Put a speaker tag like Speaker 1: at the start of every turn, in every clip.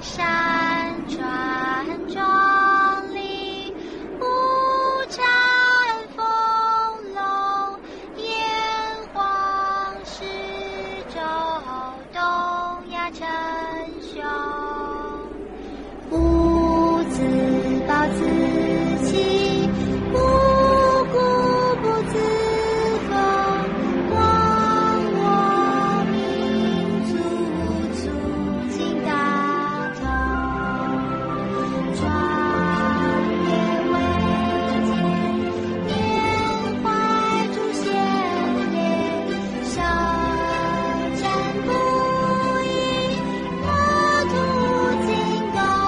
Speaker 1: 山川壮丽，五展丰隆，炎黄始周，东亚称雄。无自暴自弃，无故不自封，忘我民族，促进大同，壮烈伟健，缅怀祖先烈，圣战不已，国土精光。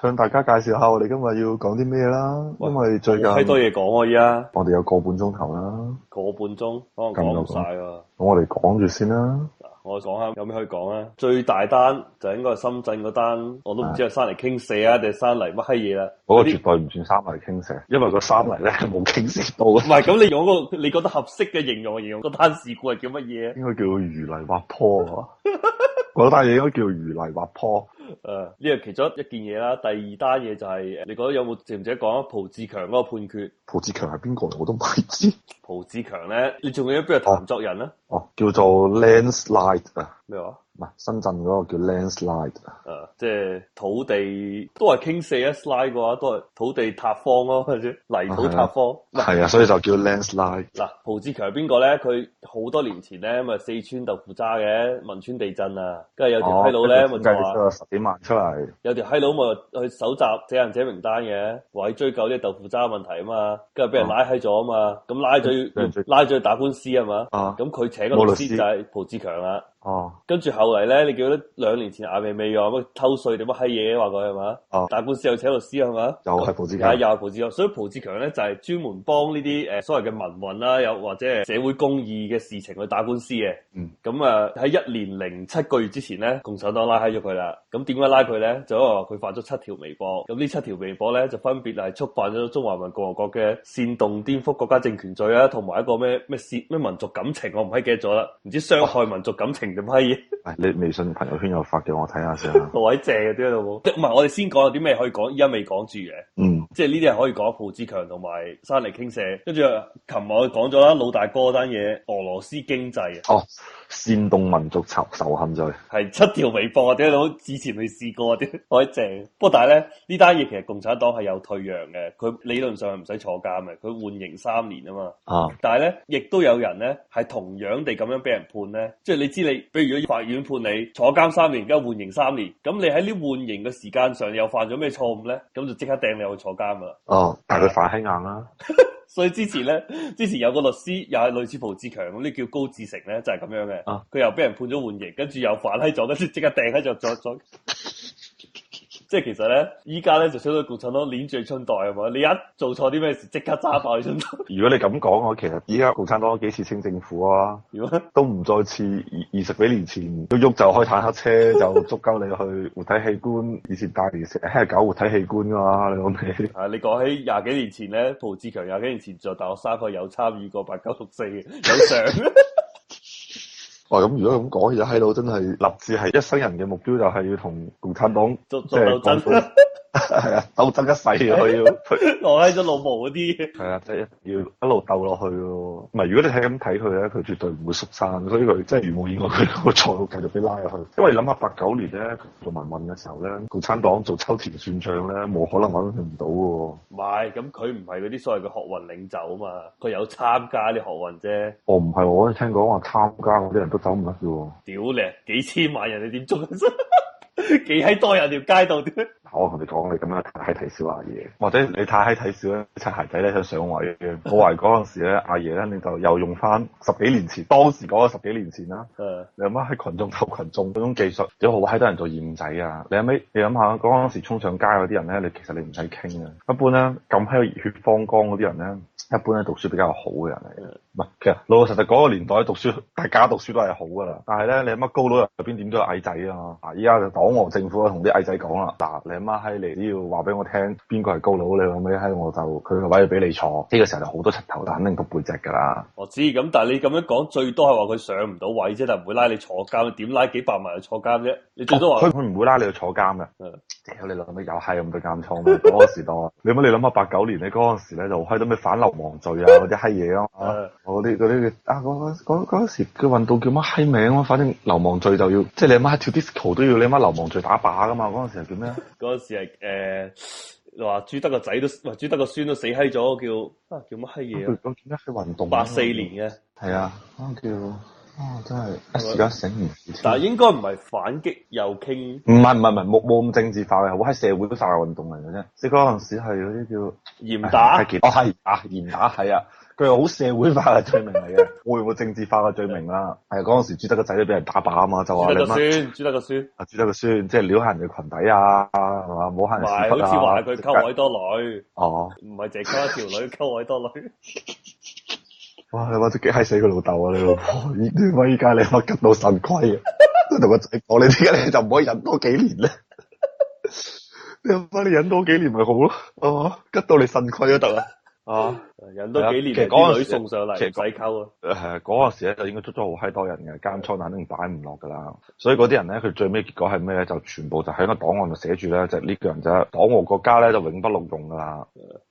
Speaker 2: 向大家介紹下我哋今日要講啲咩啦，因為最近
Speaker 3: 好閪多嘢講喎，依家
Speaker 2: 我哋有個半鐘頭啦，
Speaker 3: 個半鐘可能講唔晒喎。
Speaker 2: 咁我哋講住先啦。
Speaker 3: 我講下有咩可以講啊？最大單就應該係深圳嗰單，我都唔知係山泥傾瀉啊定係山泥乜閪嘢啦。
Speaker 2: 嗰個
Speaker 3: 啲
Speaker 2: 啊絕對唔算三泥傾瀉，因為個三泥咧係冇傾瀉到
Speaker 3: 唔
Speaker 2: 嘅，
Speaker 3: 係咁，你用一個你覺得合適嘅形容形容嗰單事故係叫乜嘢？
Speaker 2: 應該叫魚泥滑坡啊。嗰單嘢應該叫魚泥滑坡。
Speaker 3: 誒呃呢個其中一件嘢啦。第二單嘢就係、誒你覺得有冇值唔值得講啊蒲志強嗰個判決？
Speaker 2: 蒲志強係邊個嚟我都唔係知。
Speaker 3: 蒲志強咧，你仲記得邊個譚作人啊？
Speaker 2: 哦，叫做 landslide 啊，
Speaker 3: 咩話？
Speaker 2: 唔係深圳嗰個叫 landslide 啊。
Speaker 3: 誒、即係土地都係傾瀉一 slide 嘅話，都係土地塌方咯，或者泥土塌方。
Speaker 2: 係啊，所以就叫 landslide。
Speaker 3: 嗱，蒲志強係邊個咧？佢好多年前咧，咪四川豆腐渣嘅汶川地震啊，跟住有條
Speaker 2: 哦
Speaker 3: 閪佬咧，咪
Speaker 2: 計
Speaker 3: 就
Speaker 2: 咗
Speaker 3: 話
Speaker 2: 個十幾萬出嚟，
Speaker 3: 有條閪佬咪去搜集死人者名單嘅，話去追究呢個豆腐渣問題啊嘛，跟住俾人
Speaker 2: 哦
Speaker 3: 拉閪咗啊嘛，咁拉
Speaker 2: 俾人追
Speaker 3: 咗拉咗去打官司啊嘛，
Speaker 2: 啊
Speaker 3: 咁佢請個律
Speaker 2: 冇律
Speaker 3: 師
Speaker 2: 師
Speaker 3: 就係蒲志強啦。
Speaker 2: 哦，
Speaker 3: 跟住後嚟咧，你記得兩年前阿美美又話乜偷税定乜閪嘢話佢係嘛？
Speaker 2: 哦
Speaker 3: 打官司又請律師啊係嘛？
Speaker 2: 又係蒲志
Speaker 3: 啊
Speaker 2: 強。
Speaker 3: 又係蒲志強，所以蒲志強咧就係、專門幫呢啲誒所謂嘅民運啦，又或者係社會公義嘅事情去打官司嘅。
Speaker 2: 嗯，
Speaker 3: 咁啊喺一年零七個月之前咧，共產黨拉閪咗佢啦。咁點解拉佢咧？就因為話佢發咗七條微博，咁呢七條微博咧就分別係觸犯咗中華民共和國嘅煽動顛覆國家政權罪啦，同埋一個咩咩煽咩民族感情，我唔閪記得咗啦，唔知傷害民族感情定乜嘢。。
Speaker 2: 唉你微信朋友圈又發嘅，我睇下先啊
Speaker 3: 好閪正嘅啲老母，唔係我哋先講有啲咩可以講，依家未講住嘅。
Speaker 2: 嗯，
Speaker 3: 即係呢啲係可以講蒲志強同埋山泥傾瀉，跟住琴日我講咗啦，老大哥嗰單嘢，俄羅斯經濟啊
Speaker 2: 哦，煽動民族仇仇恨罪。
Speaker 3: 係七條微博啊，屌你佬之前未試過啊，屌好正。不過但係咧呢單嘢其實共產黨係有退讓嘅，佢理論上係唔使坐監嘅，佢緩刑三年啊嘛。
Speaker 2: 啊，
Speaker 3: 但係咧，亦都有人咧係同樣地咁樣俾人判咧，即係你知你，比如如果法院判你坐監三年，而家緩刑三年，咁你喺呢緩刑嘅時間上又犯咗咩錯誤咧？咁就即刻掟你去坐監噶啦。
Speaker 2: 哦，但係佢反欺硬啦。
Speaker 3: 所以之前咧， 之前有個律師又係類似蒲志強咁，呢叫高志成咧，就係、咁樣嘅。佢、
Speaker 2: 啊
Speaker 3: 又俾人判咗緩刑，跟住又反閪咗，跟住 即刻掟喺咗咗咗。即係其實咧，依家咧就相當於共產黨鏈住你春袋啊嘛！你一做錯啲咩事，即刻揸爆你春袋。
Speaker 2: 如果你咁講，我其實依家共產黨幾次清政府啊，
Speaker 3: 如果
Speaker 2: 都唔再似二二十幾年前，喐喐就開坦克 車，就捉鳩你去活體器官。以前大連成日搞活體器官噶嘛，你講咩？
Speaker 3: 啊！你講起廿幾年前咧，蒲志強廿幾年前做大學生，佢有參與過八九六四嘅，有上。
Speaker 2: 哦，咁如果咁講，其實喺度真係立志係一生人嘅目標，就係要同共產黨
Speaker 3: 做做鬥爭
Speaker 2: 即 係講到係啊，鬥爭一世啊！佢要佢
Speaker 3: 我喺咗老毛嗰啲，
Speaker 2: 係啊，即係要一路鬥落去咯。唔係，如果你係咁睇佢咧，佢絕對唔會縮山，所以佢即係如無意外，佢會再繼續俾拉入去。因為你諗下八九年咧做民運嘅時候咧，共產黨做秋田算賬咧，冇可能揾佢唔到嘅喎。
Speaker 3: 唔係咁佢唔係嗰啲所謂嘅學運領袖啊嘛，佢有參加啲學運啫。
Speaker 2: 我哦唔係，我聽講話參加嗰啲人都走唔甩嘅喎。
Speaker 3: 屌你，幾千萬人你點捉得幾閪多人條街度屌！
Speaker 2: 我同你講，你咁樣太睇小阿爺，或者你太睇小咧，擦鞋仔咧想上位嘅。我懷疑嗰陣時咧，阿爺咧你就又用翻十幾年前，當時嗰個十幾年前啦，
Speaker 3: 誒
Speaker 2: 你阿媽喺群眾鬥群眾嗰種技術，有好閪多人做二五仔啊！你阿尾你諗下嗰陣時衝上街嗰啲人咧，你其實你唔使傾嘅。一般咧咁閪熱血方剛嗰啲人咧。一般咧讀書比較好嘅人嚟嘅，唔係其實老老實實嗰個年代讀書，大家讀書都係好噶啦。但係咧，你阿媽高佬入邊點都有矮仔啊嘛。啊，依家就黨和政府啊同啲矮仔講啦，嗱，你阿媽閪嚟都要話俾我聽，邊個係高佬，你老尾閪我就佢個位俾你坐。呢、個時候就好多柒頭，但肯定督背脊㗎啦。
Speaker 3: 我知咁，但係你咁樣講，最多係話佢上唔到位啫，但係唔會拉你坐監，你點拉幾百萬去坐監啫？你最多話
Speaker 2: 哦佢佢唔會拉你去坐監嘅
Speaker 3: 嗯。
Speaker 2: 屌你老味又係咁多監倉咩？嗰個時 代，你乜你諗下八九年你嗰陣時咧就開到咩反流氓罪 啊嗰啲閪嘢啊嘛
Speaker 3: 嗯，
Speaker 2: 嗰啲嗰啲嘅啊嗰嗰嗰嗰時嘅運動叫乜閪名啊？反正流氓罪就要，即係你阿媽跳 disco 都要你阿媽流氓罪打靶噶嘛？嗰陣時係叫咩啊？
Speaker 3: 嗰陣時係誒 話朱德個仔都，話朱德個孫都死閪咗，叫啊叫乜閪嘢
Speaker 2: 佢
Speaker 3: 啊？
Speaker 2: 叫咩閪運動啊？
Speaker 3: 八四年嘅，
Speaker 2: 係啊，嗰個叫啊真係一時間醒唔起添
Speaker 3: 但係應該唔係反擊右傾。
Speaker 2: 唔係唔係唔係，冇冇咁政治化嘅，好閪社會化嘅運動嚟嘅啫。即係嗰陣時係嗰啲叫。
Speaker 3: 嚴
Speaker 2: 係
Speaker 3: 打，
Speaker 2: 係哦係啊，嚴打係啊，佢係好社會化嘅罪名嚟 嘅，會唔會政治化嘅罪名啦？係啊嗰陣時朱德個仔都俾人打靶啊嘛，就
Speaker 3: 朱
Speaker 2: 話你
Speaker 3: 德個
Speaker 2: 乜
Speaker 3: 孫，朱德個孫，
Speaker 2: 啊朱德個孫即係撩下人哋裙底啊，係嘛摸下
Speaker 3: 唔
Speaker 2: 人
Speaker 3: 係
Speaker 2: 屎忽
Speaker 3: 好似話
Speaker 2: 啊，
Speaker 3: 佢溝位多女，
Speaker 2: 哦，
Speaker 3: 唔係淨係溝一 條女，溝位多女。
Speaker 2: 哇你話都幾閪死佢老豆啊你老婆， 依啲依家你乜吉到腎虧啊， 都同個仔講你點解你就唔可以忍多幾年咧？ 你阿媽你忍多幾年咪好咯，係嘛？吉到你腎虧都得啊！啊！
Speaker 3: 忍多幾年，
Speaker 2: 其實嗰陣
Speaker 3: 啲
Speaker 2: 時
Speaker 3: 女送上嚟，唔
Speaker 2: 其實
Speaker 3: 使溝啊。
Speaker 2: 誒呃嗰陣時咧就應該捉咗好閪多人嘅，監倉肯定擺唔落㗎啦。所以嗰啲人咧，佢最尾結果係咩咧？就全部就喺個檔案度寫住咧，就呢個人就係黨和國家咧就永不錄用㗎啦。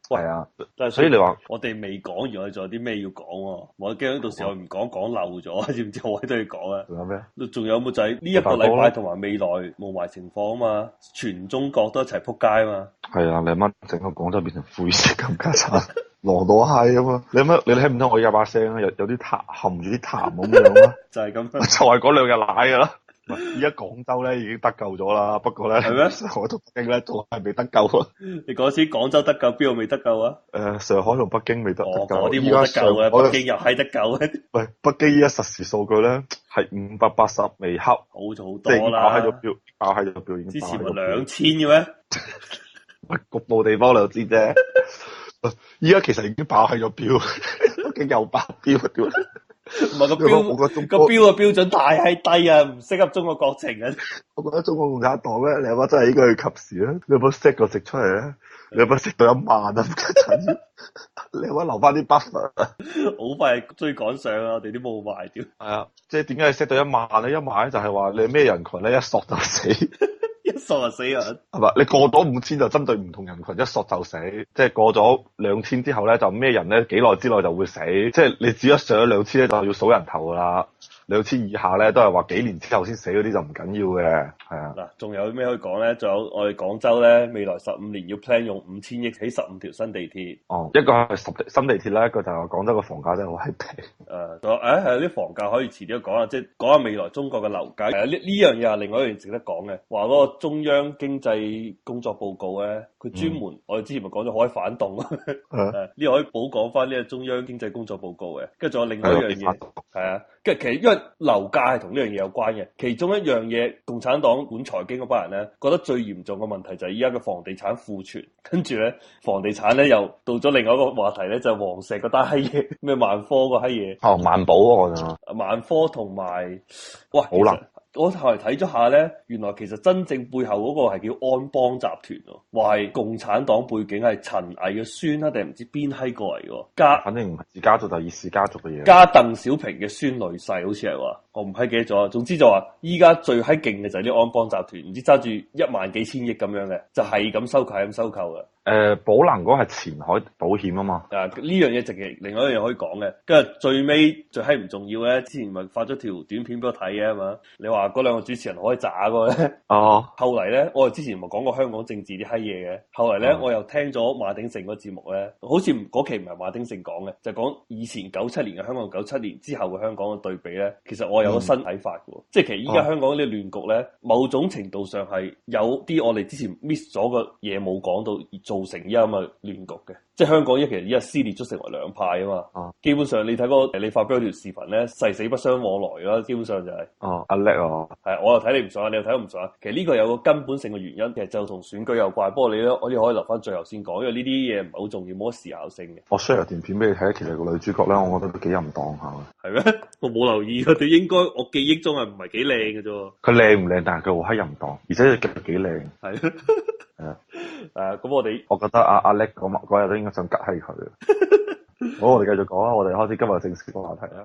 Speaker 2: 係啊，
Speaker 3: 但係
Speaker 2: 所以你話
Speaker 3: 我哋未講完，我哋仲有啲咩要講喎？我驚到
Speaker 2: 哦
Speaker 3: 時候唔講講漏咗， 知唔知？我都要講啊！
Speaker 2: 仲有咩？
Speaker 3: 仲有冇就係呢一個
Speaker 2: 大
Speaker 3: 禮
Speaker 2: 哥
Speaker 3: 拜
Speaker 2: 啦
Speaker 3: 同埋未來霧霾情況啊嘛，全中國都一齊撲街啊嘛！
Speaker 2: 係啊，你阿媽整個廣州變成灰色咁家產， 狼到閪咁啊！你阿媽你聽唔聽我而家把聲啊？有有啲痰含住啲痰咁樣 啊！
Speaker 3: 就係咁
Speaker 2: 就
Speaker 3: 樣。
Speaker 2: 係嗰兩日奶㗎啦。唔係而家廣州咧已經得救咗啦，不過咧
Speaker 3: 係咩
Speaker 2: 我同北京咧仲係未得救啊。
Speaker 3: 你嗰時廣州得救，邊度未得救啊？
Speaker 2: 誒、呃上海同北京未得
Speaker 3: 哦
Speaker 2: 得，
Speaker 3: 嗰
Speaker 2: 救，
Speaker 3: 啲
Speaker 2: 依
Speaker 3: 冇
Speaker 2: 家
Speaker 3: 得
Speaker 2: 上
Speaker 3: 救嘅，
Speaker 2: 海
Speaker 3: 北京又係得救嘅，
Speaker 2: 喂，北京依家實時數據咧係五百八十微克，
Speaker 3: 好咗好
Speaker 2: 即係已
Speaker 3: 多
Speaker 2: 經爆喺咗
Speaker 3: 啦。
Speaker 2: 表，爆喺咗表已
Speaker 3: 之
Speaker 2: 經爆
Speaker 3: 前
Speaker 2: 喺
Speaker 3: 咪
Speaker 2: 咗
Speaker 3: 兩
Speaker 2: 表。
Speaker 3: 千嘅咩？
Speaker 2: 喂，局部地方你就知啫。 依家其實已經爆喺咗表， 北京又爆表，屌！
Speaker 3: 唔係個
Speaker 2: 我覺得中
Speaker 3: 標個
Speaker 2: 國
Speaker 3: 標嘅標準太閪低啊，唔適合中國國情啊！
Speaker 2: 我覺得中國共產黨咧，你阿媽真係應該去及時啊！你有冇 set 個值出嚟咧？你有冇 set 到一萬啊？唔 緊要， 你有冇留翻啲 buffer 啊？
Speaker 3: 好快追趕上啊！我哋啲霧霾屌，
Speaker 2: 係啊，即係點解你 set 到一萬咧？一萬咧就係話你咩人群咧，一索就死。
Speaker 3: 一索就死人。
Speaker 2: 係嘛？你過咗五千就針對唔同人群一索就死，即係過咗兩千之後咧，就咩人咧幾耐之內就會死，即係你只要一上咗兩千咧，就要數人頭噶啦。兩千以下咧都係話幾年之後先死嗰啲就唔緊要嘅，係啊。
Speaker 3: 嗱，仲有咩可以講咧？仲有我哋廣州咧，未來十五年要 plan 用五千億起十五條新地鐵。
Speaker 2: 哦，一個係十新地鐵啦，一個就係廣州個房價真係好閪平。
Speaker 3: 誒、仲有誒係啲房價可以遲啲講啦，即係講下未來中國嘅樓價。誒呢呢樣嘢係另外一樣值得講嘅，話嗰個中央經濟工作報告咧，佢專門、我哋之前咪講咗可以反動 啊，
Speaker 2: 誒，
Speaker 3: 誒呢個可以補講翻呢個中央經濟工作報告嘅。跟住仲有另外一樣
Speaker 2: 係
Speaker 3: 嘢。係啊，跟住其實因為樓價係同呢樣嘢有關嘅，其中一樣嘢，共產黨管財經嗰班人咧，覺得最嚴重嘅問題就係依家嘅房地產庫存，跟住咧房地產咧又到咗另外一個話題咧，就係黃石嗰單閪嘢，咩萬科嗰閪嘢，
Speaker 2: 哦，萬寶案啊，
Speaker 3: 萬科同埋，哇，
Speaker 2: 好啦。
Speaker 3: 我後嚟睇咗下咧，原來其實真正背後嗰個係叫安邦集團喎，話係共產黨背景係陳毅嘅孫啊啦，定係唔知邊閪個嚟喎，加
Speaker 2: 反正唔係自家族就係以氏家族嘅嘢。
Speaker 3: 加鄧小平嘅孫女婿，好似係話，我唔閪記得咗。總之就話，依家最閪勁嘅就係啲安邦集團，唔知揸住一萬幾千億咁樣嘅，就係咁收購，係咁收購嘅。
Speaker 2: 誒、寶能嗰係前海保險啊嘛，
Speaker 3: 啊，呢樣嘢直係另外一樣可以講嘅。跟住最尾最閪唔重要咧，之前咪發咗條短片俾我睇嘅嘛。你話嗰兩個主持人可以渣嘅咧，
Speaker 2: 哦，
Speaker 3: 後嚟咧，我之前咪講過香港政治啲閪嘢嘅。後嚟咧，
Speaker 2: 嗯
Speaker 3: 我又聽咗馬鼎盛個節目咧，好似唔嗰期唔係馬鼎盛講嘅，就講以前九七年嘅香港，九七年之後嘅香港嘅對比咧。其實我
Speaker 2: 嗯
Speaker 3: 我有個新睇法嘅喎，即係其實依
Speaker 2: 哦
Speaker 3: 家香港呢個亂局咧，某種程度上係有啲我哋之前 miss 咗嘅嘢冇講到，而造成依家咁嘅亂局嘅。即係香港依家其實依家撕裂咗成為兩派啊嘛。
Speaker 2: 哦
Speaker 3: 基本上你睇嗰個你發表嗰條視頻咧，誓死不相往來啦。基本上就係、
Speaker 2: 哦，阿叻啊，
Speaker 3: 係，我又睇你唔上，你又睇我唔上。其實呢個有個根本性嘅原因，其實就同選舉有關。不過你咧，我哋可以留翻最後先講，因為呢啲嘢唔係好重要，冇乜時效性嘅，
Speaker 2: 我 share 段片俾你睇，其實個女主角咧，我覺得都幾淫蕩下嘅。
Speaker 3: 係咩？ 我冇留意，佢哋應該我記憶中係唔係幾靚嘅啫。
Speaker 2: 佢靚唔靚，但係佢好閪淫蕩，而且隻腳幾靚。
Speaker 3: 係
Speaker 2: 係 啊，
Speaker 3: 誒咁我哋
Speaker 2: 我覺得阿阿叻嗰晚嗰日都應該想吉閪佢。好，我哋繼續講啦，我哋開始今日正式嘅話題啦。